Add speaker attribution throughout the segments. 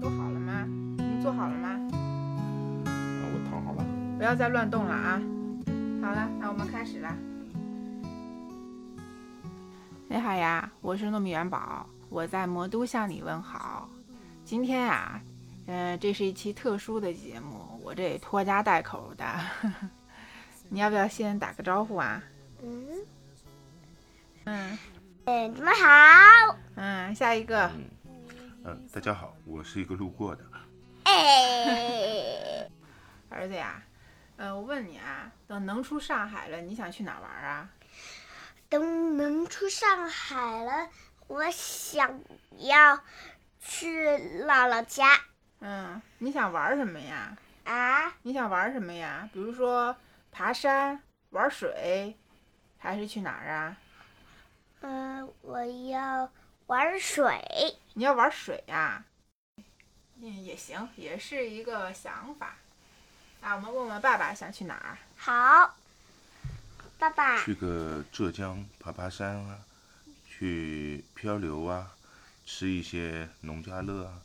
Speaker 1: 都好了吗？你做好了吗？
Speaker 2: 啊，我躺好了。
Speaker 1: 不要再乱动了啊！好了，那我们开始啦。你好哎呀，我是糯米元宝，我在魔都向你问好。今天呀、呃，这是一期特殊的节目，我这拖家带口的， 你要不要先打个招呼啊？
Speaker 3: 嗯，
Speaker 1: 嗯
Speaker 3: 哎，你们好，
Speaker 1: 嗯，下一个，
Speaker 2: 嗯嗯，大家好，我是一个路过的。
Speaker 3: 哎，
Speaker 1: 儿子呀，呃，我问你啊，等能出上海了，你想去哪儿玩啊？
Speaker 3: 等能出上海了，我想要去姥姥家
Speaker 1: 嗯，你想玩什么呀？
Speaker 3: 啊，
Speaker 1: 你想玩什么呀？比如说爬山、玩水，还是去哪儿啊？
Speaker 3: 嗯、我要玩水，
Speaker 1: 你要玩水呀、嗯，也行，也是一个想法。那我们问问爸爸想去哪儿？啊
Speaker 3: 好，爸爸，
Speaker 2: 去个浙江爬爬山啊，去漂流啊，吃一些农家乐啊，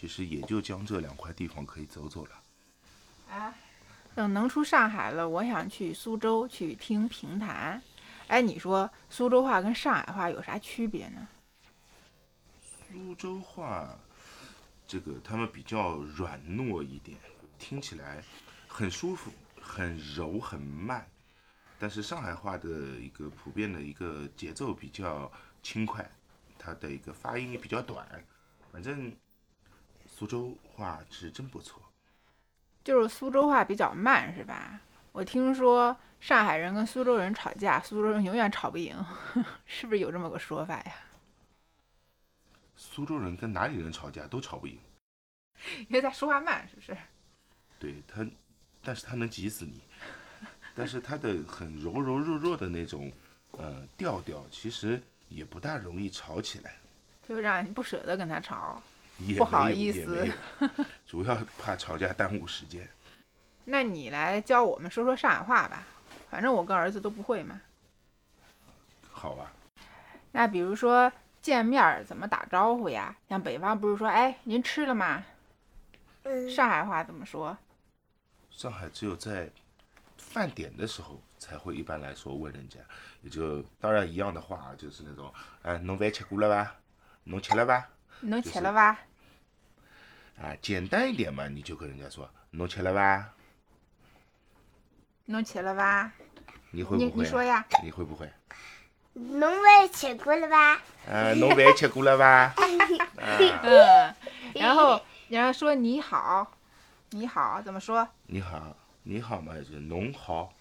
Speaker 2: 其实也就江浙两块地方可以走走了。
Speaker 1: 啊，等能出上海了，我想去苏州去听评弹。哎，你说苏州话跟上海话有啥区别呢？
Speaker 2: 苏州话，这个他们比较软糯一点，听起来很舒服、很柔、很慢。但是上海话的一个普遍的一个节奏比较轻快，它的一个发音也比较短。反正苏州话是真不错。
Speaker 1: 就是苏州话比较慢，是吧？我听说上海人跟苏州人吵架，苏州人永远吵不赢， 是不是有这么个说法呀？
Speaker 2: 苏州人跟哪里人吵架都吵不赢，
Speaker 1: 因为他说话慢，是不是？
Speaker 2: 对他，但是他能急死你。但是他的很柔柔弱弱的那种，呃，调调其实也不大容易吵起来。
Speaker 1: 就让你不舍得跟他吵。
Speaker 2: 也
Speaker 1: 不好
Speaker 2: 没有
Speaker 1: 意
Speaker 2: 也
Speaker 1: 思
Speaker 2: 没有 主要怕吵架耽误时间。
Speaker 1: 那你来教我们说说上海话吧，反正我跟儿子都不会嘛。
Speaker 2: 好啊，
Speaker 1: 那比如说见面儿怎么打招呼呀？像北方不是说“哎，您吃了吗
Speaker 3: 嗯”，，
Speaker 1: 上海话怎么说？
Speaker 2: 上海只有在饭点的时候才会一般来说问人家，也就当然一样的话，啊就是那种，哎，侬饭吃过了吧？侬吃了吧？
Speaker 1: 能起
Speaker 2: 是
Speaker 1: 了吧？
Speaker 2: 啊，简单一点嘛，你就跟人家说，侬吃了吧？
Speaker 1: 能起了吧？
Speaker 2: 你会
Speaker 1: 你
Speaker 2: 不会、啊？
Speaker 1: 你说呀？
Speaker 2: 你会不会？
Speaker 3: 侬喂吃过了吧？
Speaker 2: 啊，侬饭吃过了吧？啊，
Speaker 1: 嗯，然后然后说你好，你好怎么说？
Speaker 2: 你好，你好嘛，就是侬好。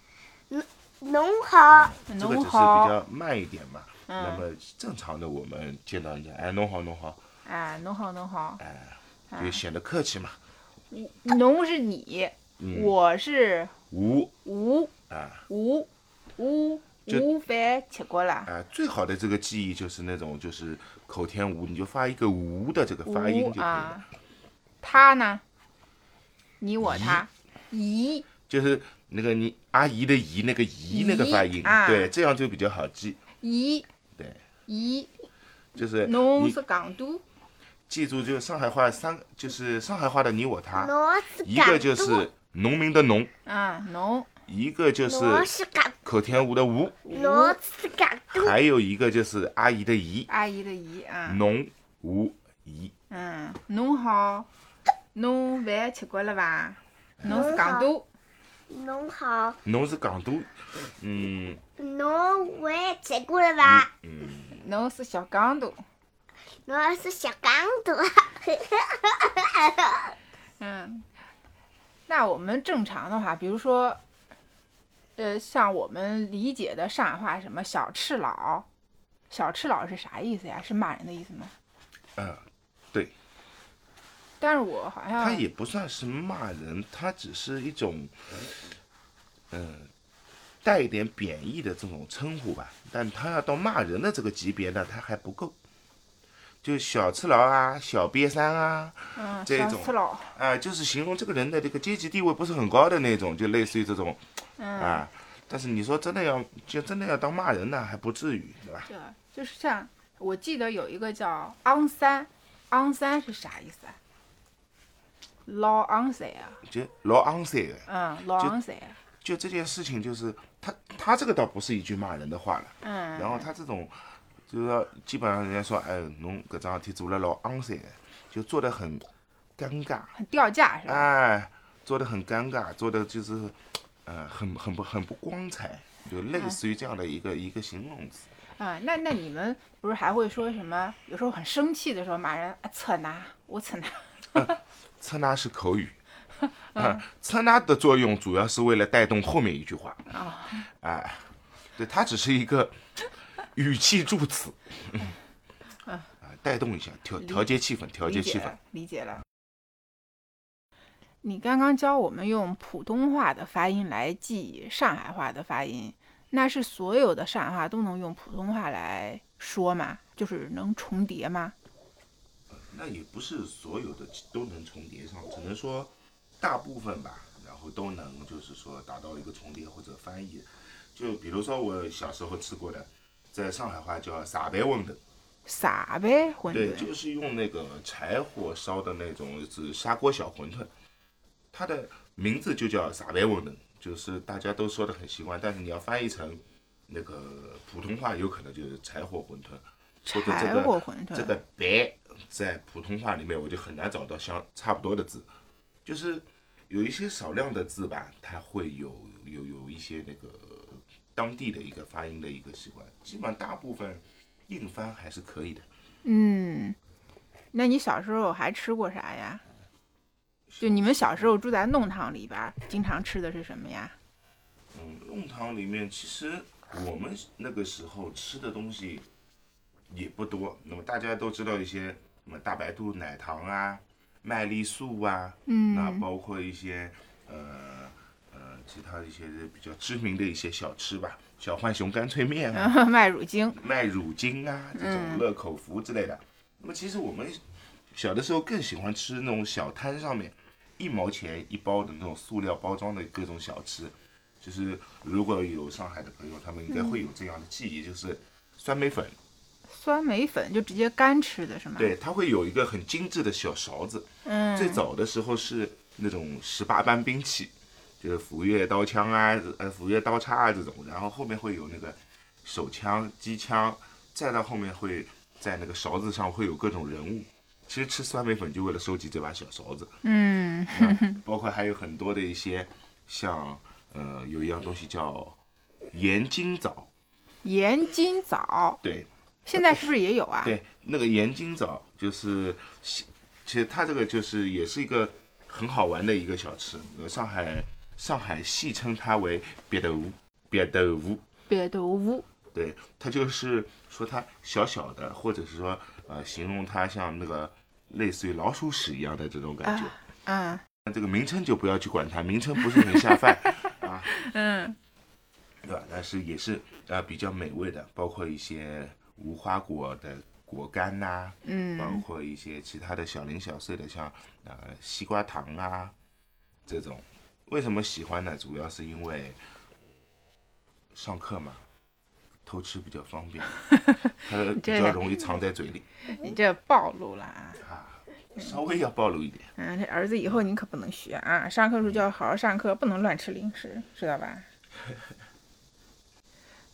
Speaker 3: 侬好，
Speaker 2: 这个只
Speaker 1: 侬
Speaker 2: 是比
Speaker 1: 好，
Speaker 2: 较慢一点嘛。
Speaker 1: 嗯
Speaker 2: 那么正常的，我们见到人家，哎，侬好，侬好，
Speaker 1: 哎，侬好，侬好，
Speaker 2: 哎，
Speaker 1: 啊
Speaker 2: 就显得客气嘛。
Speaker 1: 侬是你，
Speaker 2: 嗯，
Speaker 1: 我是
Speaker 2: 无
Speaker 1: 吴
Speaker 2: 啊
Speaker 1: 吴吴
Speaker 2: 就
Speaker 1: 吴凡吃过了。
Speaker 2: 啊，最好的这个记忆就是那种就是口天吴，你就发一个吴的这个发音就可以
Speaker 1: 无
Speaker 2: 了。
Speaker 1: 啊。他呢？你我他，姨
Speaker 2: 就是那个你阿姨的姨那个姨那个发
Speaker 1: 姨
Speaker 2: 音，
Speaker 1: 啊
Speaker 2: 对，这样就比较好记。
Speaker 1: 姨
Speaker 2: 对，
Speaker 1: 姨，
Speaker 2: 就是
Speaker 1: 侬
Speaker 2: 你
Speaker 1: 是港都，
Speaker 2: 记住，就是上海话三个，就是上海话的你我他，
Speaker 3: 侬是
Speaker 2: 一个就
Speaker 3: 港督
Speaker 2: 是农民的农，
Speaker 1: 啊，侬
Speaker 2: 一个就是
Speaker 3: 侬是港，
Speaker 2: 口天吴的吴，
Speaker 3: 侬是港督，
Speaker 2: 还有一个就是阿姨的姨，
Speaker 1: 阿姨的姨啊，
Speaker 2: 农吴姨。
Speaker 1: 嗯，侬好，侬饭吃过了伐？
Speaker 2: 嗯
Speaker 1: 侬是
Speaker 3: 侬
Speaker 1: 港
Speaker 3: 好
Speaker 1: 都，
Speaker 3: 侬好，
Speaker 2: 侬是港都，嗯
Speaker 3: 侬喂吃过了吧？
Speaker 2: 嗯，
Speaker 1: 侬是小港都，
Speaker 3: 我是小刚朵，
Speaker 1: 嗯。那我们正常的话，比如说，呃，像我们理解的上海话，什么小赤佬，小赤佬是啥意思呀？是骂人的意思吗？
Speaker 2: 啊，
Speaker 1: 但是我好像
Speaker 2: 他也不算是骂人，他只是一种，嗯、带一点贬义的这种称呼吧。但他要到骂人的这个级别呢，他还不够。就小赤佬啊，小瘪三啊，
Speaker 1: 嗯，
Speaker 2: 这
Speaker 1: 小
Speaker 2: 种
Speaker 1: 赤佬，
Speaker 2: 啊、就是形容这个人的这个阶级地位不是很高的那种，就类似于这种
Speaker 1: 嗯，
Speaker 2: 啊。但是你说真的要，就真的要当骂人呢，还不至于，对吧？
Speaker 1: 对，就是像我记得有一个叫昂三，昂三是啥意思啊？老昂塞啊，
Speaker 2: 就老昂塞的。
Speaker 1: 嗯，老昂塞，
Speaker 2: 就这件事情，就是他他这个倒不是一句骂人的话了，
Speaker 1: 嗯，
Speaker 2: 然后他这种就是说基本上人家说，哎，侬搿桩事体做了老昂塞的，就做得很尴尬，
Speaker 1: 很掉价是吧？
Speaker 2: 哎，做的很尴尬，做的就是，呃，很很不很不光彩，就类似于这样的一个、一个形容词。
Speaker 1: 啊、那那你们不是还会说什么？有时候很生气的时候骂人啊，扯呐，我扯呐，
Speaker 2: 侧拉是 口语，啊、侧拉的作用主要是为了带动后面一句话。啊，哎，对，它只是一个语气助 词，嗯，啊，带动一下，调调节气氛，调
Speaker 1: 理
Speaker 2: 节
Speaker 1: 解
Speaker 2: 气氛。
Speaker 1: 了，理解了。你刚刚教我们用普通话的发音来记上海话的发音，那是所有的上海话都能用普通话来说吗？就是能重叠吗？
Speaker 2: 那也不是所有的都能重叠上，只能说大部分吧，然后都能就是说达到一个重叠或者翻译。就比如说我小时候吃过的，在上海话叫“撒白馄饨
Speaker 1: 撒呗，”，馄
Speaker 2: 对，
Speaker 1: 饨。
Speaker 2: 就是用那个柴火烧的那种是砂锅小馄饨，它的名字就叫“撒白馄饨”，就是大家都说的很习惯，但是你要翻译成那个普通话，有可能就是柴火馄饨，或者这
Speaker 1: 柴
Speaker 2: 个
Speaker 1: 火馄饨，
Speaker 2: 这个“白”在普通话里面我就很难找到相差不多的字，就是有一些少量的字吧，它会有有有一些那个当地的一个发音的一个习惯，基本上大部分硬翻还是可以的。
Speaker 1: 嗯，那你小时候还吃过啥呀？就你们小时候住在弄堂里边儿，经常吃的是什么呀？
Speaker 2: 嗯，弄堂里面其实我们那个时候吃的东西也不多，那么大家都知道一些什么大白兔奶糖啊、麦丽素啊，那
Speaker 1: 嗯
Speaker 2: 包括一些呃呃其他一些比较知名的一些小吃吧，小浣熊干脆面啊、
Speaker 1: 嗯，麦乳精，
Speaker 2: 麦乳精啊这
Speaker 1: 嗯
Speaker 2: 种乐口福之类的。那么其实我们小的时候更喜欢吃那种小摊上面一毛钱一包的那种塑料包装的各种小吃，就是如果有上海的朋友，他们应该会有这样的记忆，就是酸梅粉，
Speaker 1: 酸梅粉就直接干吃的是吗？，
Speaker 2: 对，它会有一个很精致的小勺子。
Speaker 1: 嗯，
Speaker 2: 最早的时候是那种十八般兵器，就是斧钺刀枪啊，呃，斧钺刀叉啊这种，然后后面会有那个手枪、机枪，再到后面会在那个勺子上会有各种人物。其实吃酸梅粉就为了收集这把小勺子，
Speaker 1: 嗯
Speaker 2: 包括还有很多的一些像呃有一样东西叫盐金枣，
Speaker 1: 盐津枣，
Speaker 2: 对，
Speaker 1: 现在是不是也有啊？
Speaker 2: 对，那个盐津枣就是，其实它这个就是也是一个很好玩的一个小吃。呃上海上海戏称它为瘪豆腐，瘪豆腐。
Speaker 1: 别的屋，
Speaker 2: 对，它就是说它小小的，或者是说呃形容它像那个类似于老鼠屎一样的这种感觉。
Speaker 1: 嗯
Speaker 2: 那这个名称就不要去管它，名称不是很下饭 啊，
Speaker 1: 嗯
Speaker 2: 对吧？但是也是呃比较美味的，包括一些无花果的果干呐、包
Speaker 1: 嗯，
Speaker 2: 括一些其他的小零小碎的，像呃西瓜糖啊这种。为什么喜欢呢？主要是因为上课嘛，偷吃比较方便，它比
Speaker 1: 这
Speaker 2: 较
Speaker 1: 个
Speaker 2: 容易藏在嘴里
Speaker 1: 你这暴露了啊！
Speaker 2: 啊，稍微要暴露一点。
Speaker 1: 嗯，这儿子以后你可不能学啊！上课时候就要
Speaker 2: 嗯
Speaker 1: 好好上课，不能乱吃零食，知道 吧？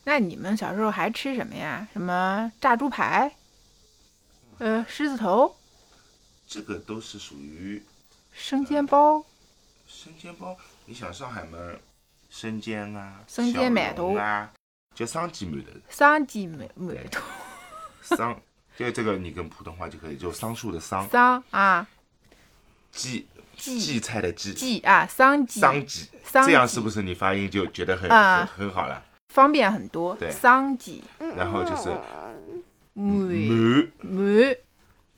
Speaker 1: 那你们小时候还吃什么呀？什么炸猪排？呃，狮子头、
Speaker 2: 这个都是属于
Speaker 1: 生煎
Speaker 2: 嗯
Speaker 1: 包、
Speaker 2: 生煎包。你想上海嘛，生煎啊，
Speaker 1: 生
Speaker 2: 小
Speaker 1: 煎馒
Speaker 2: 笼
Speaker 1: 头
Speaker 2: 啊，叫生煎 馒头，
Speaker 1: 桑鸡馒馒头、
Speaker 2: 桑就这个你跟普通话就可以，就桑树的桑，
Speaker 1: 桑啊
Speaker 2: 荠
Speaker 1: 荠
Speaker 2: 荠菜的荠，
Speaker 1: 鸡啊桑鸡，
Speaker 2: 桑吉，
Speaker 1: 桑
Speaker 2: 这样
Speaker 1: 吉
Speaker 2: 是不是你发音就觉得很、
Speaker 1: 啊嗯
Speaker 2: 很很好了？
Speaker 1: 方便很多。
Speaker 2: 对
Speaker 1: 桑鸡
Speaker 2: 然后就是
Speaker 3: 嗯
Speaker 1: 馒
Speaker 2: 母，
Speaker 1: 馒
Speaker 2: 嗯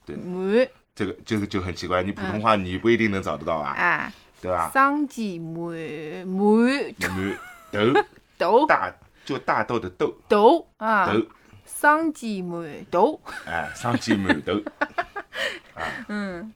Speaker 2: 对
Speaker 1: 馒
Speaker 2: 这个这个就很奇怪，你普通话你不一定能找得到啊，
Speaker 1: 啊，
Speaker 2: 对吧？
Speaker 1: 桑鸡馒馒
Speaker 2: 母 豆
Speaker 1: 豆
Speaker 2: 大就大豆的豆
Speaker 1: 豆啊，
Speaker 2: 豆，
Speaker 1: 桑鸡馒豆。
Speaker 2: 哎，桑吉母豆，
Speaker 1: 嗯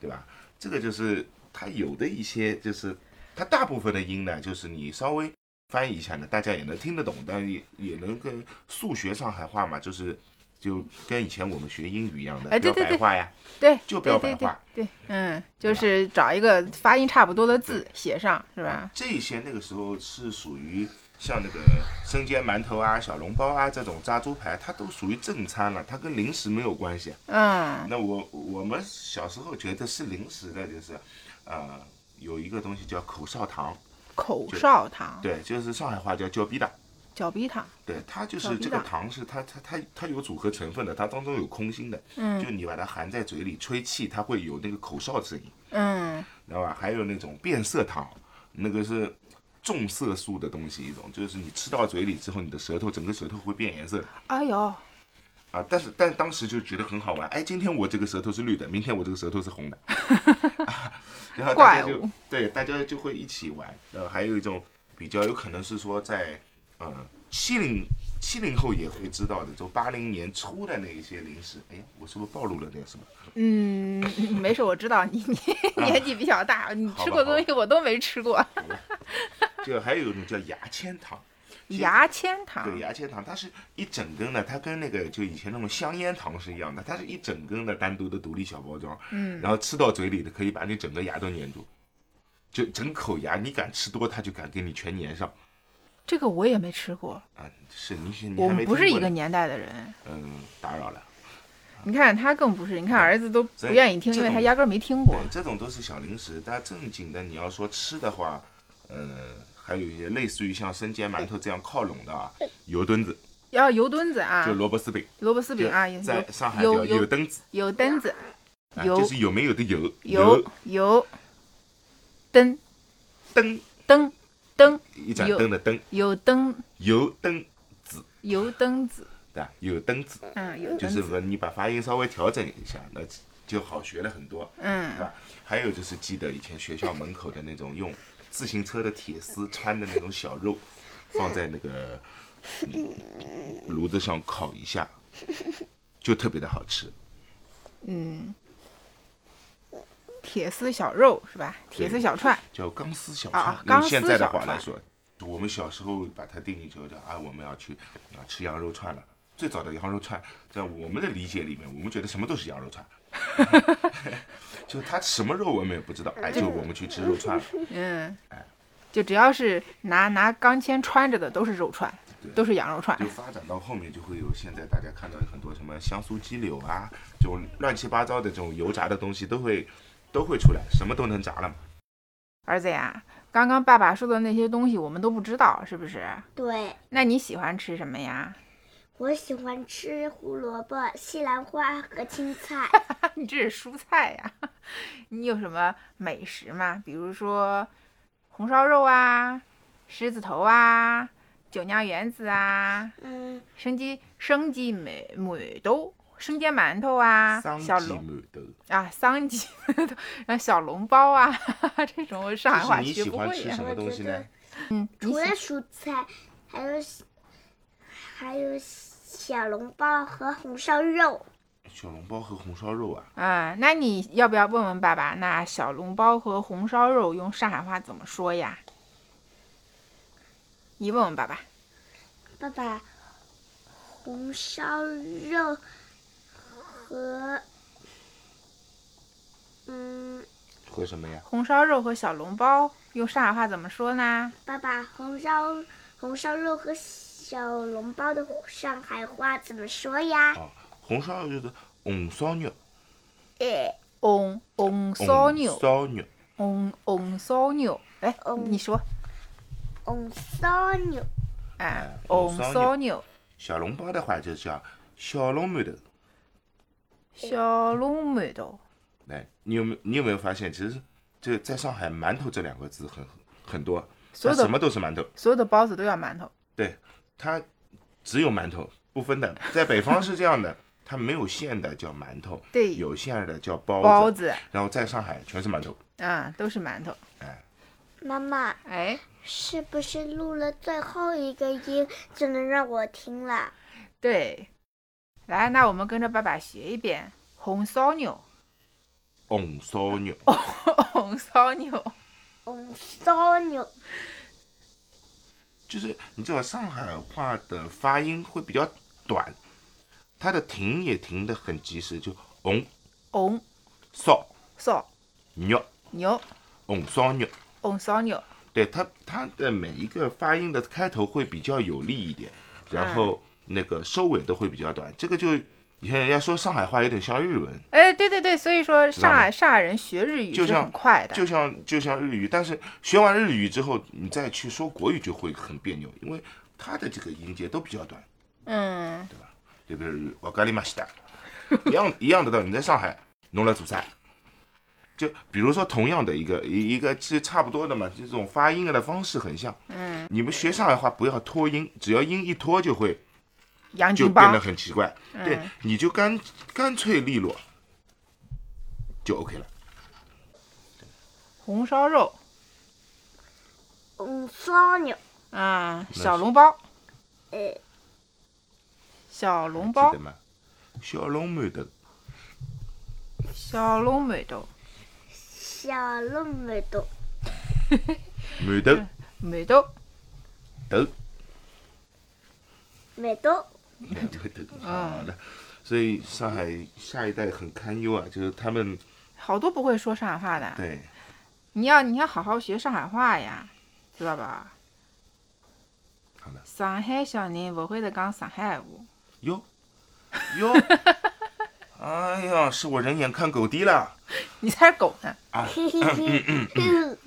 Speaker 2: 对吧？这个就是它有的一些就是它大部分的音呢，就是你稍微翻译一下呢，大家也能听得懂，但也也能跟速学上海话嘛，就是就跟以前我们学英语一样的
Speaker 1: 哎对
Speaker 2: 标
Speaker 1: 对
Speaker 2: 白
Speaker 1: 对
Speaker 2: 话呀，
Speaker 1: 对，
Speaker 2: 就不
Speaker 1: 对
Speaker 2: 要
Speaker 1: 对
Speaker 2: 白
Speaker 1: 对
Speaker 2: 话
Speaker 1: 对，嗯，就是找一个发音差不多的字写上，是吧？
Speaker 2: 这些那个时候是属于像那个生煎馒头啊、小笼包啊这种炸猪排，它都属于正餐了，它跟零食没有关系。
Speaker 1: 嗯，
Speaker 2: 那我我们小时候觉得是零食的，就是，呃，有一个东西叫口哨糖，
Speaker 1: 口哨糖、
Speaker 2: 对，就是上海话叫叫逼的，
Speaker 1: 脚鼻糖，
Speaker 2: 对，它就
Speaker 1: 叫
Speaker 2: 是
Speaker 1: 逼
Speaker 2: 这个
Speaker 1: 的
Speaker 2: 糖是它它它它有组合成分的，它当中有空心的，就
Speaker 1: 嗯
Speaker 2: 你把它含在嘴里吹气，它会有那个口哨的声音，
Speaker 1: 嗯，
Speaker 2: 知道吧？还有那种变色糖，那个是重色素的东西一种，就是你吃到嘴里之后，你的舌头整个舌头会变颜色的
Speaker 1: 哎呦，
Speaker 2: 啊。但是但当时就觉得很好玩，哎，今天我这个舌头是绿的，明天我这个舌头是红的， 啊、然后大家
Speaker 1: 怪
Speaker 2: 就
Speaker 1: 物
Speaker 2: 对大家就会一起玩。然后还有一种比较有可能是说在呃七零。七零后也会知道的，就八零年初的那一些零食。哎呀，我是不是暴露了点什么？
Speaker 1: 嗯， 没事，我知道你 你年纪比较大，你
Speaker 2: 啊好吧
Speaker 1: 吃过东西我都没吃过。
Speaker 2: 就还有一种叫牙签糖，其实
Speaker 1: 牙签糖，
Speaker 2: 对，牙签糖它是一整根的，它跟那个就以前那种香烟糖是一样的，它是一整根的单独的独立小包装，
Speaker 1: 嗯，
Speaker 2: 然后吃到嘴里的可以把你整个牙都粘住，就整口牙，你敢吃多，它就敢给你全粘上
Speaker 1: 这个我也没吃过，
Speaker 2: 啊！是你是你
Speaker 1: 我
Speaker 2: 还没
Speaker 1: 们不
Speaker 2: 听
Speaker 1: 是一
Speaker 2: 过
Speaker 1: 个
Speaker 2: 呢
Speaker 1: 年代的人。
Speaker 2: 嗯打扰了，
Speaker 1: 你看他更不是，你看儿子都不
Speaker 2: 所以
Speaker 1: 愿意听，
Speaker 2: 这
Speaker 1: 因为他
Speaker 2: 种
Speaker 1: 压根儿没听
Speaker 2: 对
Speaker 1: 过。，
Speaker 2: 这种都是小零食，但正经的你要说吃的话，呃，还有一些类似于像生煎馒头这样靠拢的啊，油墩子
Speaker 1: 要油墩子啊
Speaker 2: 就，萝卜丝饼，
Speaker 1: 萝卜丝
Speaker 2: 就
Speaker 1: 饼啊，有
Speaker 2: 在上海
Speaker 1: 有
Speaker 2: 叫
Speaker 1: 有
Speaker 2: 油
Speaker 1: 有
Speaker 2: 墩子，
Speaker 1: 有墩子，
Speaker 2: 啊
Speaker 1: 油
Speaker 2: 就是有没有的油
Speaker 1: 油油灯
Speaker 2: 灯
Speaker 1: 灯灯
Speaker 2: 一盏
Speaker 1: 油
Speaker 2: 灯的灯，
Speaker 1: 有灯
Speaker 2: 油灯
Speaker 1: 油灯子，
Speaker 2: 对吧？油灯子
Speaker 1: 嗯，有
Speaker 2: 就
Speaker 1: 灯
Speaker 2: 是
Speaker 1: 子，
Speaker 2: 说你把发音稍微调整一下，那就好学了很多，对
Speaker 1: 嗯
Speaker 2: 吧？还有就是记得以前学校门口的那种用自行车的铁丝穿的那种小 肉，放在那个嗯炉子上烤一下，就特别的好吃。
Speaker 1: 嗯，铁丝小肉是吧？铁丝小串，
Speaker 2: 叫钢丝
Speaker 1: 啊
Speaker 2: 小串
Speaker 1: 啊，
Speaker 2: 用
Speaker 1: 钢
Speaker 2: 现
Speaker 1: 丝
Speaker 2: 在的
Speaker 1: 小
Speaker 2: 话来
Speaker 1: 串
Speaker 2: 说，我们小时候把它定义成叫啊，我们要去啊吃羊肉串了。最早的羊肉串，在我们的理解里面，我们觉得什么都是羊肉串， 就它什么肉我们也不知道，哎，就我们去吃肉串了。
Speaker 1: 嗯，就只要是拿拿钢签穿着的都是肉串，都是羊肉串
Speaker 2: 就，发展到后面就会有现在大家看到很多什么香酥鸡柳啊，这种乱七八糟的这种油炸的东西都会都会出来，什么都能炸了嘛。
Speaker 1: 儿子呀，啊刚刚爸爸说的那些东西我们都不知道，是不是？
Speaker 3: 对，
Speaker 1: 那你喜欢吃什么呀？
Speaker 3: 我喜欢吃胡萝卜、西兰花和青 菜。
Speaker 1: 你这是蔬菜呀、 你有什么美食吗？比如说红烧肉啊、狮子头啊、酒酿圆子啊、
Speaker 3: 嗯，
Speaker 1: 生鸡生鸡美美豆、生煎馒头啊、
Speaker 2: 桑
Speaker 1: 小
Speaker 2: 寄
Speaker 1: 笼
Speaker 2: 满豆，
Speaker 1: 啊、桑鸡啊、小笼包啊， 这种我上海
Speaker 2: 就
Speaker 1: 话啊学
Speaker 2: 是你喜
Speaker 1: 不
Speaker 2: 欢
Speaker 1: 会
Speaker 2: 吃
Speaker 1: 呀
Speaker 2: 什。么东西呢？
Speaker 1: 嗯，你
Speaker 3: 除了
Speaker 1: 喜
Speaker 3: 蔬菜，还有还有小笼包和红烧肉。
Speaker 2: 小笼包和红烧肉啊，
Speaker 1: 啊、那你要不要问问爸爸，那小笼包和红烧肉用上海话怎么说呀？你问问爸爸。
Speaker 3: 爸爸，红烧肉和嗯，
Speaker 2: 和什么呀？
Speaker 1: 红烧肉和小笼包用上海话怎么说呢？
Speaker 3: 爸爸，红烧红烧肉和小笼包的上海话怎么说呀？
Speaker 1: 啊
Speaker 2: 哦，红烧肉就是红烧肉，
Speaker 3: 诶、
Speaker 1: 红红烧肉，
Speaker 2: 烧肉，
Speaker 1: 红红烧肉。哎，
Speaker 3: 嗯
Speaker 1: 你说，
Speaker 3: 红烧肉。
Speaker 1: 哎，红
Speaker 2: 红
Speaker 1: 烧
Speaker 2: 烧
Speaker 1: 肉，
Speaker 2: 小笼包的话就叫小笼馒头。
Speaker 1: 小笼馒头。
Speaker 2: 哎，你有没你有没有发现，其实这在上海“馒头”这两个字很很多，
Speaker 1: 所有
Speaker 2: 它
Speaker 1: 的
Speaker 2: 什么都是馒头，
Speaker 1: 所有的包子都要馒头，
Speaker 2: 对，它只有馒头不分的。在北方是这 样的，它没有馅的叫馒头，
Speaker 1: 对
Speaker 2: 有馅的叫包子，
Speaker 1: 包子
Speaker 2: 然后在上海全是馒头。
Speaker 1: 啊、都是馒头。
Speaker 2: 哎，
Speaker 3: 妈妈，
Speaker 1: 哎，
Speaker 3: 是不是录了最后一个音就能让我听了？
Speaker 1: 对，来，那我们跟着爸爸学一遍红烧肉，
Speaker 2: 红烧肉，
Speaker 1: 红烧肉。
Speaker 3: 红烧肉，
Speaker 2: 就是你知道上海话的发音会比较短，它的停也停得很及时，就红
Speaker 1: 红
Speaker 2: 烧
Speaker 1: 烧
Speaker 2: 肉，
Speaker 1: 牛，
Speaker 2: 红烧肉。
Speaker 1: 红烧牛，
Speaker 2: 对它它的每一个发音的开头会比较有力一点，然后那个收尾都会比较短。这个就以前人家说上海话有点像日文，
Speaker 1: 哎，对对对，所以说
Speaker 2: 道
Speaker 1: 上
Speaker 2: 吗
Speaker 1: 海上海人学日语
Speaker 2: 就是像
Speaker 1: 很快的，
Speaker 2: 就像就像日语，但是学完日语之后，你再去说国语就会很别扭，因为它的这个音节都比较短，
Speaker 1: 嗯，
Speaker 2: 对不对？我咖喱玛西达，一样一样的道理。你在上海弄了主菜，就比如说同样的一个一一个其实差不多的嘛，这种发音的方式很像。嗯，你们学上海话不要拖音，只要音一拖就会
Speaker 1: 杨
Speaker 2: 就
Speaker 1: 金
Speaker 2: 变得
Speaker 1: 帮，
Speaker 2: 很嗯奇怪。对，你就干干脆利落就 OK 了。
Speaker 1: 红烧肉
Speaker 3: 红烧牛，
Speaker 1: 啊，
Speaker 2: 是
Speaker 1: 小笼包，
Speaker 3: 呃，
Speaker 1: 小笼
Speaker 2: 记
Speaker 1: 包
Speaker 2: 得，吗？小龙门的
Speaker 1: 小笼梅豆，
Speaker 3: 小笼梅豆，
Speaker 2: 馒头
Speaker 1: 梅豆，
Speaker 2: 头。
Speaker 3: 梅 豆，
Speaker 2: 这个灯好的，所以上海下一代很堪忧啊，就是他们
Speaker 1: 好多不会说上海话的，
Speaker 2: 对
Speaker 1: 你要你要好好学上海话呀，知道吧？
Speaker 2: 好的
Speaker 1: 上海小人不会得讲上海话，
Speaker 2: 哟哟，哎呀，是我人眼看狗低了，
Speaker 1: 你才是狗呢！
Speaker 3: 嘿嘿嘿，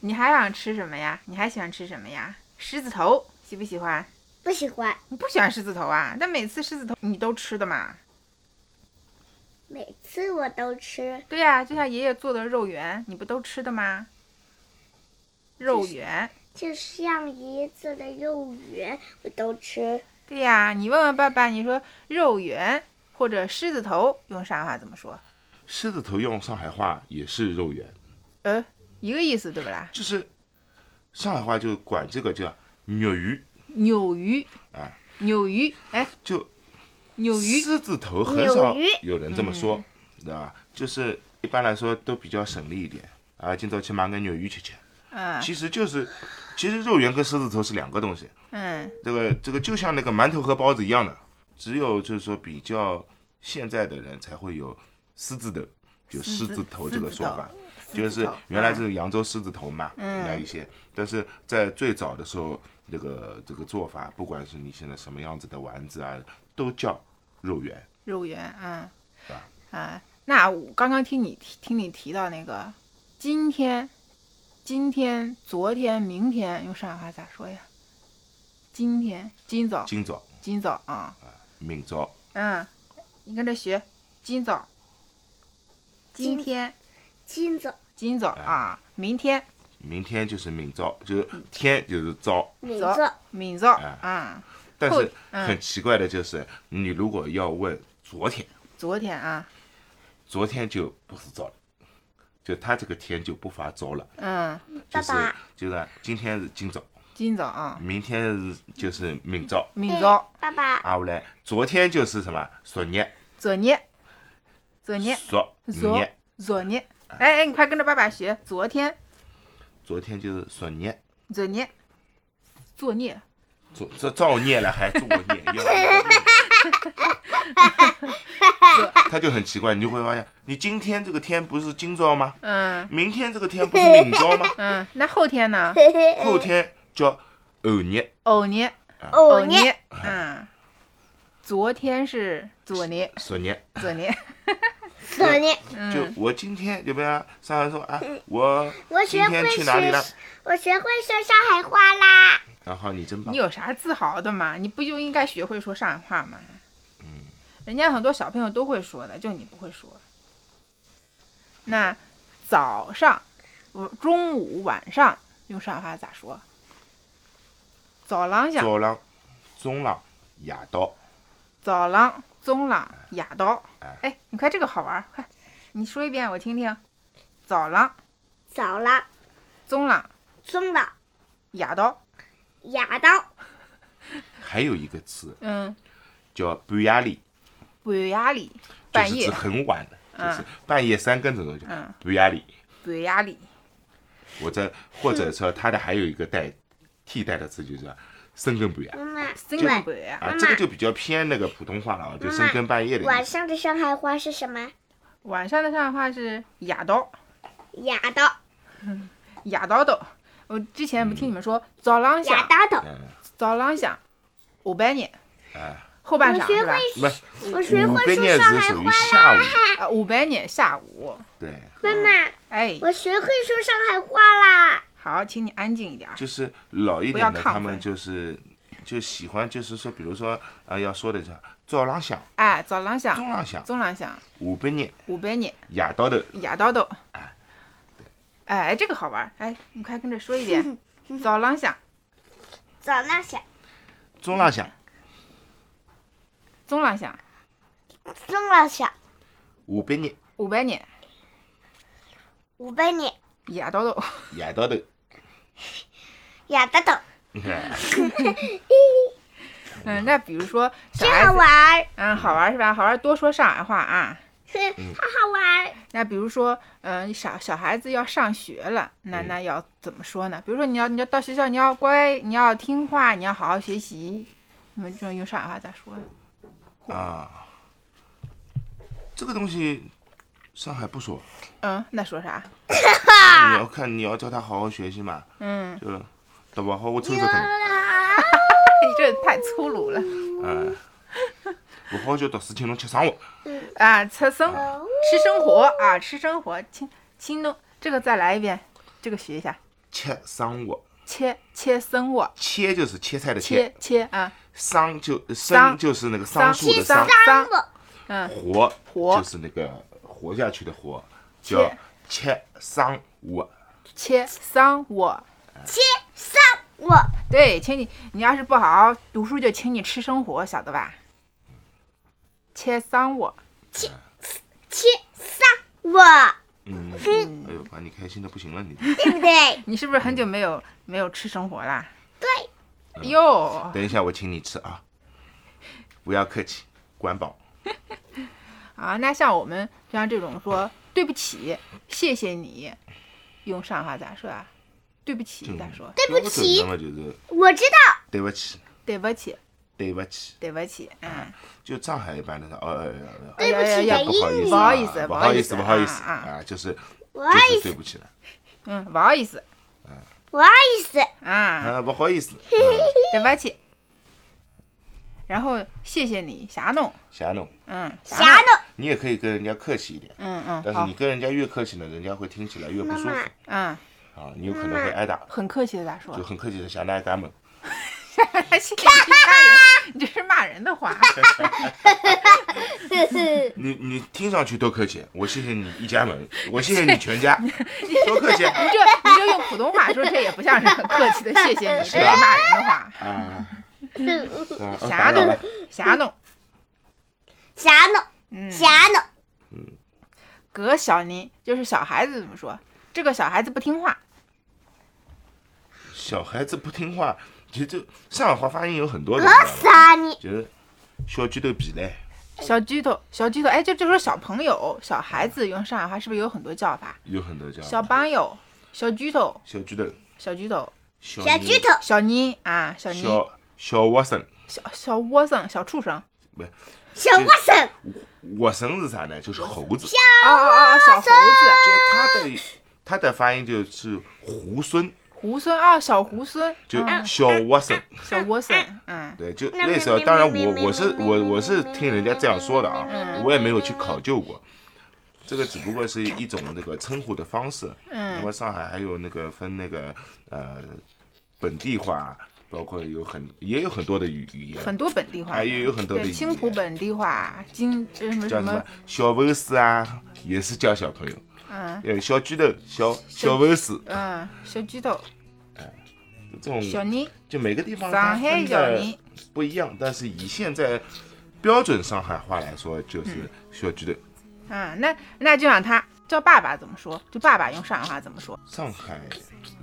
Speaker 1: 你还想吃什么呀？你还喜欢吃什么呀？狮子头喜不喜欢？
Speaker 3: 不喜欢，
Speaker 1: 你不喜欢狮子头啊？但每次狮子头你都吃的嘛？
Speaker 3: 每次我都吃，
Speaker 1: 对呀、就像爷爷做的肉圆，你不都吃的吗？肉圆，
Speaker 3: 就像爷爷做的肉圆我都吃，
Speaker 1: 对呀、你问问爸爸，你说肉圆或者狮子头用上海话怎么说？
Speaker 2: 狮子头用上海话也是肉圆，
Speaker 1: 呃，一个意思对不啦？
Speaker 2: 就是上海话就管这个叫鸟鱼，
Speaker 1: 扭鱼
Speaker 2: 哎，
Speaker 1: 扭鱼，哎，
Speaker 2: 就
Speaker 1: 扭鱼，
Speaker 2: 狮子头很少
Speaker 3: 鸟鱼
Speaker 2: 有人这么说，对吧？就是一般来说都比较省力一点啊，今朝去买个鸟鱼吃吃，
Speaker 1: 嗯
Speaker 2: 其实就是其实肉圆跟狮子头是两个东西。
Speaker 1: 嗯，
Speaker 2: 这个这个就像那个馒头和包子一样的，只有就是说比较现在的人才会有狮子头，就狮子头这个说法，就
Speaker 1: 狮子
Speaker 2: 是
Speaker 1: 头嗯
Speaker 2: 原来是扬州狮子头嘛，原来一些，但是在最早的时候，那个这个做法，不管是你现在什么样子的丸子啊，都叫肉圆。
Speaker 1: 肉圆，嗯
Speaker 2: 是吧，
Speaker 1: 啊，那我刚刚听你提听你提到那个今天、今天、昨天、明天，用上海话咋说呀？今天、今早、
Speaker 2: 今早、
Speaker 1: 今早啊，
Speaker 2: 明早、
Speaker 1: 嗯，你跟着学，今早、今
Speaker 3: 今
Speaker 1: 天、
Speaker 3: 今早
Speaker 1: 今早啊，明天、
Speaker 2: 明天就是明早，就是天就是早，
Speaker 3: 每
Speaker 1: 早
Speaker 3: 早
Speaker 1: 明早
Speaker 2: 哎
Speaker 1: 啊，
Speaker 2: 但
Speaker 1: 后
Speaker 2: 是
Speaker 1: 嗯
Speaker 2: 很奇怪的就是，你如果要问昨天。
Speaker 1: 昨天啊，
Speaker 2: 昨天就不是糟了，就他这个天就不发糟了，
Speaker 1: 嗯，
Speaker 2: 就
Speaker 3: 爸
Speaker 2: 是
Speaker 3: 爸
Speaker 2: 就是今天是今早，
Speaker 1: 今早啊，
Speaker 2: 明天是就是明早，
Speaker 1: 明早，
Speaker 3: 爸爸，
Speaker 2: 啊，我来，昨天就是什么昨日，
Speaker 1: 昨日，昨日，
Speaker 2: 昨
Speaker 1: 昨
Speaker 2: 日，
Speaker 1: 昨日，哎哎，你快跟着爸爸学，昨天，
Speaker 2: 昨天就是昨日，
Speaker 1: 昨日，作孽，
Speaker 2: 昨这造孽了还作孽，要命他就很奇怪，你就会发现，你今天这个天不是今朝吗？
Speaker 1: 嗯
Speaker 2: 明天这个天不是明朝吗？
Speaker 1: 嗯，那后天呢？
Speaker 3: 嘿嘿
Speaker 2: 后天叫后日，
Speaker 1: 偶年，
Speaker 3: 哦
Speaker 1: 偶
Speaker 3: 耶，
Speaker 1: 年，嗯，昨天是昨年，
Speaker 2: 昨日。
Speaker 1: 昨年，
Speaker 3: 昨年
Speaker 1: 嗯
Speaker 2: 就我今天有没有啊上来说啊？我
Speaker 3: 我
Speaker 2: 今
Speaker 3: 学
Speaker 2: 天
Speaker 3: 会
Speaker 2: 去哪里
Speaker 3: 学
Speaker 2: 了？
Speaker 3: 我学会说上海话啦，
Speaker 2: 然后你真棒
Speaker 1: 你，有啥自豪的嘛？你不就应该学会说上海话吗？
Speaker 2: 嗯
Speaker 1: 人家很多小朋友都会说的，就你不会说。那早上、呃中午、晚上用上海话咋说？早浪向、
Speaker 2: 早浪、中浪、夜到，
Speaker 1: 早浪、中浪、夜到
Speaker 2: 哎。
Speaker 1: 哎，你看这个好玩儿，快，你说一遍我听听。早浪、
Speaker 3: 早了，
Speaker 1: 中浪、
Speaker 3: 中了，
Speaker 1: 夜到。
Speaker 3: 夜到，
Speaker 2: 还有一个词
Speaker 1: 嗯，
Speaker 2: 叫半夜里，
Speaker 1: 半夜里，
Speaker 2: 就
Speaker 1: 半
Speaker 2: 是
Speaker 1: 夜
Speaker 2: 指，很晚的，
Speaker 1: 嗯
Speaker 2: 就是半夜三更这种叫
Speaker 1: 嗯
Speaker 2: 半夜里。
Speaker 1: 半夜里，
Speaker 2: 我这或者说它的还有一个代替代的词就是深更半夜
Speaker 3: 妈妈，
Speaker 1: 新
Speaker 3: 晚
Speaker 1: 北呀，
Speaker 2: 啊
Speaker 3: 妈，
Speaker 2: 这个就比较偏那个普通话了
Speaker 1: 嗯
Speaker 2: 啊，就深更半夜的
Speaker 3: 晚
Speaker 2: 意思。
Speaker 3: 上的上海话是什么？
Speaker 1: 晚上的上海话是夜到
Speaker 3: 夜到，
Speaker 1: 夜到到。我之前不听你们说早浪
Speaker 3: 夜
Speaker 1: 向
Speaker 3: 到头。
Speaker 2: 嗯，
Speaker 1: 早浪向，下半日
Speaker 2: 哎，
Speaker 1: 后半
Speaker 3: 我
Speaker 1: 晌
Speaker 3: 学
Speaker 1: 是吧？
Speaker 2: 不是，
Speaker 3: 我学
Speaker 2: 五
Speaker 3: 会
Speaker 2: 个
Speaker 3: 说
Speaker 2: 念
Speaker 3: 上
Speaker 2: 是
Speaker 3: 海
Speaker 2: 属于
Speaker 3: 话。
Speaker 2: 下午，
Speaker 1: 啊，下半日下午。
Speaker 2: 对，
Speaker 3: 妈妈，
Speaker 1: 哎，
Speaker 3: 我学会说上海话啦。
Speaker 1: 好，请你安静一点儿。
Speaker 2: 就是老一
Speaker 1: 不要
Speaker 2: 点的，
Speaker 1: 亢
Speaker 2: 他们
Speaker 1: 奋
Speaker 2: 就是就喜欢，就是说，比如说啊、要说的是早浪向、
Speaker 1: 哎，早浪向，
Speaker 2: 中浪向、
Speaker 1: 中浪向，
Speaker 2: 下半日、
Speaker 1: 下半日，
Speaker 2: 夜到头，
Speaker 1: 夜到头。哎，这个好玩儿。哎，你快跟着说一遍。早浪向，
Speaker 3: 早浪向，
Speaker 2: 中浪向、
Speaker 1: 中浪向，
Speaker 3: 中浪向，
Speaker 2: 下半日、
Speaker 1: 下半日，
Speaker 3: 下半日，
Speaker 1: 夜到头。
Speaker 2: 夜到头。
Speaker 3: 夜到头，
Speaker 1: 嗯，那比如说小
Speaker 3: 真
Speaker 1: 孩
Speaker 3: 好
Speaker 1: 子，
Speaker 3: 玩儿，
Speaker 1: 嗯，好玩儿是吧？好玩儿多说上海话啊。
Speaker 3: 哼，好好玩儿。
Speaker 1: 那比如说，嗯、小小孩子要上学了，那
Speaker 2: 嗯
Speaker 1: 那要怎么说呢？比如说你要你要到学校，你要乖，你要听话，你要好好学习。你们这种用上海话咋说呀？
Speaker 2: 啊，这个东西上海不说，
Speaker 1: 嗯，那说啥？啊
Speaker 2: 你要看你要叫他好好学习嘛，
Speaker 1: 嗯，
Speaker 2: 就对吧？好，我抽抽
Speaker 3: 啦
Speaker 2: 他，
Speaker 3: 啦啦
Speaker 1: 你这太粗鲁了
Speaker 2: 嗯，不好就读书，请侬吃生活，
Speaker 1: 啊！吃生
Speaker 3: 哦
Speaker 1: 吃生活啊，吃生活，亲亲侬这个再来一遍，这个学一下，
Speaker 2: 吃生活，
Speaker 1: 切切生活，
Speaker 2: 切就是切菜的
Speaker 1: 切
Speaker 2: 切，
Speaker 1: 切啊，
Speaker 2: 桑就
Speaker 1: 桑
Speaker 2: 生就是那个桑树的
Speaker 1: 桑
Speaker 2: 桑，
Speaker 1: 桑
Speaker 3: 当我
Speaker 1: 嗯，
Speaker 2: 活
Speaker 1: 活
Speaker 2: 就是那个活下去的活，
Speaker 1: 切
Speaker 2: 叫吃生活，
Speaker 1: 切桑我。
Speaker 3: 切上我，
Speaker 1: 对，请你，你要是不好好读书，就请你吃生活，晓得吧？切桑我，
Speaker 3: 切上我，
Speaker 2: 嗯，哎呦，把你开心的不行了，你
Speaker 3: 对不
Speaker 2: 嗯
Speaker 3: 对？
Speaker 1: 你是不是很久没有没有吃生活啦？
Speaker 3: 对，
Speaker 2: 嗯
Speaker 1: 哟，
Speaker 2: 等一下我请你吃啊，不要客气，管饱。
Speaker 1: 啊，那像我们像这种说对不起、谢谢你，用上海话咋说啊？对啊不起
Speaker 2: 嗯
Speaker 1: 咋说？
Speaker 3: 对不
Speaker 2: 标准的
Speaker 3: 起，
Speaker 2: 嘛，就是
Speaker 3: 我知道，
Speaker 2: 对不起，
Speaker 1: 对不起，
Speaker 2: 对不起。
Speaker 1: 对不起，嗯，
Speaker 2: 就上海一般的，哦哎呀，哎
Speaker 3: 对不
Speaker 1: 哎
Speaker 3: 起
Speaker 1: 呀哎
Speaker 2: 呀
Speaker 3: 的
Speaker 1: 呀
Speaker 2: 不好意
Speaker 3: 英
Speaker 2: 思，
Speaker 1: 不
Speaker 3: 语，
Speaker 1: 好意思不
Speaker 2: 不好意不
Speaker 1: 好
Speaker 2: 好
Speaker 1: 意
Speaker 2: 意
Speaker 1: 思
Speaker 2: 思
Speaker 1: 啊啊
Speaker 2: 啊，就是
Speaker 3: 不好
Speaker 2: 就
Speaker 3: 意
Speaker 2: 是对
Speaker 3: 思，
Speaker 2: 不起了，
Speaker 1: 嗯，不好意思
Speaker 3: 不好意思，
Speaker 1: 啊，
Speaker 2: 啊，不好意思，嗯
Speaker 1: 对不起。然后谢谢你，啥弄？
Speaker 2: 霞弄，
Speaker 1: 嗯，
Speaker 3: 啥呢？
Speaker 2: 你也可以跟人家客气一点，
Speaker 1: 嗯嗯，
Speaker 2: 但是
Speaker 1: 好
Speaker 2: 你，跟人家越客气呢，人家会听起来越不舒
Speaker 3: 妈妈
Speaker 2: 服
Speaker 1: 嗯，
Speaker 2: 啊，你有可能会挨打，
Speaker 1: 很客气的咋说
Speaker 2: 就？很客气的霞来干们，
Speaker 1: 谢谢你骂人，你这是骂人的 话。
Speaker 2: 你你听上去多客气，我谢谢你一家门，我谢谢你全家，多客气
Speaker 1: 你就你就用普通话说，这也不像是很客气的谢谢你，这是骂人的话。
Speaker 2: 啊，
Speaker 3: 嗯
Speaker 2: 啊
Speaker 1: 瞎
Speaker 2: 打扰
Speaker 1: 弄
Speaker 2: 了，
Speaker 1: 瞎弄，
Speaker 3: 啥呢？
Speaker 1: 嗯，
Speaker 3: 啥呢？
Speaker 1: 隔小人就是小孩子怎么说？这个小孩子不听话，
Speaker 2: 小孩子不听话，其实这上海话发音有很多
Speaker 3: 我
Speaker 2: 种，你知道吗
Speaker 3: 啥呢？
Speaker 2: 就是小鸡头皮嘞。
Speaker 1: 小鸡头，小鸡头，哎，就就说小朋友、小孩子，用上海话是不是有很多叫法？
Speaker 2: 有很多叫
Speaker 1: 小朋友、小鸡头、
Speaker 2: 小巨头、
Speaker 1: 小鸡头、
Speaker 2: 小
Speaker 3: 小
Speaker 2: 人
Speaker 3: 猪、头，
Speaker 1: 小人啊，小人、
Speaker 2: 小小学生，
Speaker 1: 小小窝生、小畜生，
Speaker 3: 小外甥，
Speaker 2: 学生是啥呢？就是猴子，就
Speaker 1: 哦哦哦，小猴
Speaker 2: 啊
Speaker 1: 子、
Speaker 2: 他的他的发音就是猢狲，
Speaker 1: 猢狲啊，小猢狲，
Speaker 2: 就
Speaker 1: 嗯
Speaker 2: 小学生，
Speaker 1: 小窝生，嗯
Speaker 2: 对，就
Speaker 3: 那
Speaker 2: 类似啊。当然我我是我我是听人家这样说的
Speaker 1: 嗯
Speaker 2: 啊，我也没有去考究过。这个只不过是一种那个称呼的方式，那
Speaker 1: 嗯
Speaker 2: 么上海还有那个分那个呃本地话，包括有很也有很多的语语言，
Speaker 1: 很多本地话
Speaker 2: 还。有有很多的
Speaker 1: 对，
Speaker 2: 语言。
Speaker 1: 青浦本地话，京这什么
Speaker 2: 叫
Speaker 1: 什么
Speaker 2: 什么，小猴子啊，也是叫小朋友，
Speaker 1: 嗯
Speaker 2: 呃，小鸡头、小小猴子，
Speaker 1: 嗯，小鸡头，
Speaker 2: 这种
Speaker 1: 小人，
Speaker 2: 就每个地方它
Speaker 1: 上海
Speaker 2: 分
Speaker 1: 小
Speaker 2: 的
Speaker 1: 人，
Speaker 2: 不一样，但是以现在标准上海话来说，就是小鸡头。
Speaker 1: 嗯，那那就让他叫爸爸怎么说？就爸爸用上海话怎么说？
Speaker 2: 上海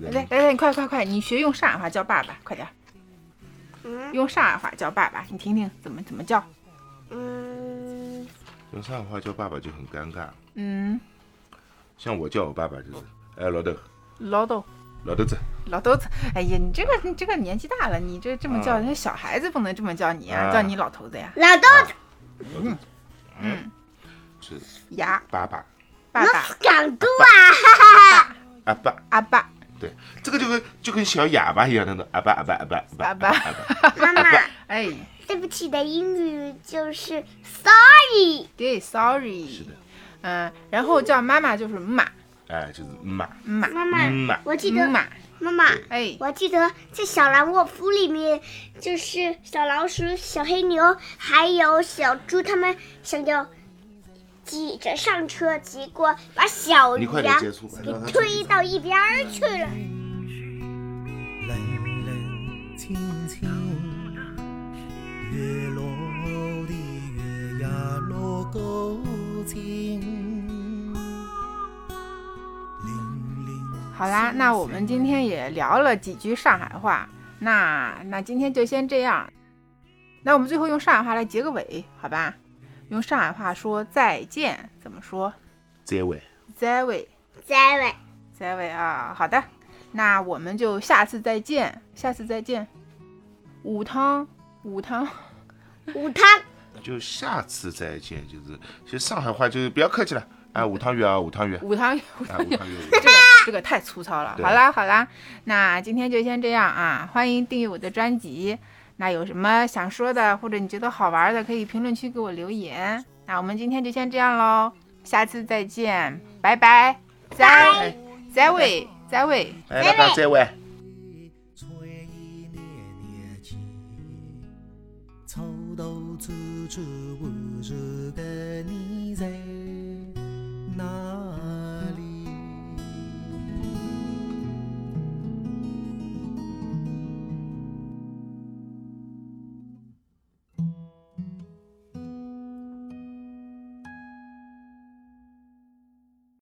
Speaker 1: 来
Speaker 2: 人
Speaker 1: 来来，你快快快，你学用上海话叫爸爸，快点儿，
Speaker 3: 嗯
Speaker 1: 用上海话叫爸爸，你听听怎么怎么叫？
Speaker 3: 嗯，
Speaker 2: 用上海话叫爸爸就很尴尬，
Speaker 1: 嗯，
Speaker 2: 像我叫我爸爸就是，哎，老头，
Speaker 1: 老豆，
Speaker 2: 老头子，
Speaker 1: 老头子，哎呀，你这个你这个年纪大了，你这这么叫
Speaker 2: 啊
Speaker 1: 人家小孩子不能这么叫你啊，
Speaker 2: 啊
Speaker 1: 叫你老头子呀，
Speaker 3: 老豆子
Speaker 2: 嗯，
Speaker 1: 嗯，
Speaker 2: 是
Speaker 1: 呀，
Speaker 2: 爸爸
Speaker 1: 爸爸、
Speaker 3: 港都啊，
Speaker 2: 阿爸，
Speaker 1: 阿爸、
Speaker 2: 对，这个就跟就跟小哑巴一样那种阿爸阿爸阿爸
Speaker 1: 阿爸
Speaker 2: 阿爸阿爸，
Speaker 3: 妈妈，
Speaker 1: 哎，
Speaker 3: 对不起的英语就是 sorry。
Speaker 1: 对，sorry，
Speaker 2: 是的，
Speaker 1: 嗯，然后叫妈妈就是妈
Speaker 2: 哎，就是妈
Speaker 1: 妈
Speaker 3: 妈
Speaker 2: 妈
Speaker 3: 妈，我记得
Speaker 1: 妈，
Speaker 3: 妈妈，
Speaker 1: 哎，
Speaker 3: 我记得在小狼卧夫里面，就是小老鼠、小黑牛还有小猪，他们想要挤着上车，结果把小
Speaker 2: 你快点
Speaker 3: 羊
Speaker 2: 结束吧
Speaker 3: 给
Speaker 2: 让他
Speaker 3: 推到一边儿去了。
Speaker 4: 零零千千，月落的月呀落高尖。零零
Speaker 1: 好啦，那我们今天也聊了几句上海话，那那今天就先这样。那我们最后用上海话来结个尾，好吧？用上海话说再见怎么说？
Speaker 2: 这位，
Speaker 1: 再会，
Speaker 3: 再会，
Speaker 1: 再会啊！好的，那我们就下次再见，下次再见。五汤，五汤，
Speaker 3: 五汤
Speaker 2: 就下次再见，就是其实上海话就是不要客气了，哎，五汤圆啊，五汤圆，
Speaker 1: 五汤，五
Speaker 2: 哎，
Speaker 1: 汤
Speaker 2: 五 汤圆，
Speaker 1: 这个这个太粗糙了。
Speaker 2: 对
Speaker 1: 好啦好啦，那今天就先这样啊！欢迎订阅我的专辑。那有什么想说的，或者你觉得好玩的，可以评论区给我留言。那我们今天就先这样喽，下次再见，拜拜，再再会，再会。
Speaker 2: 哎，老大这位。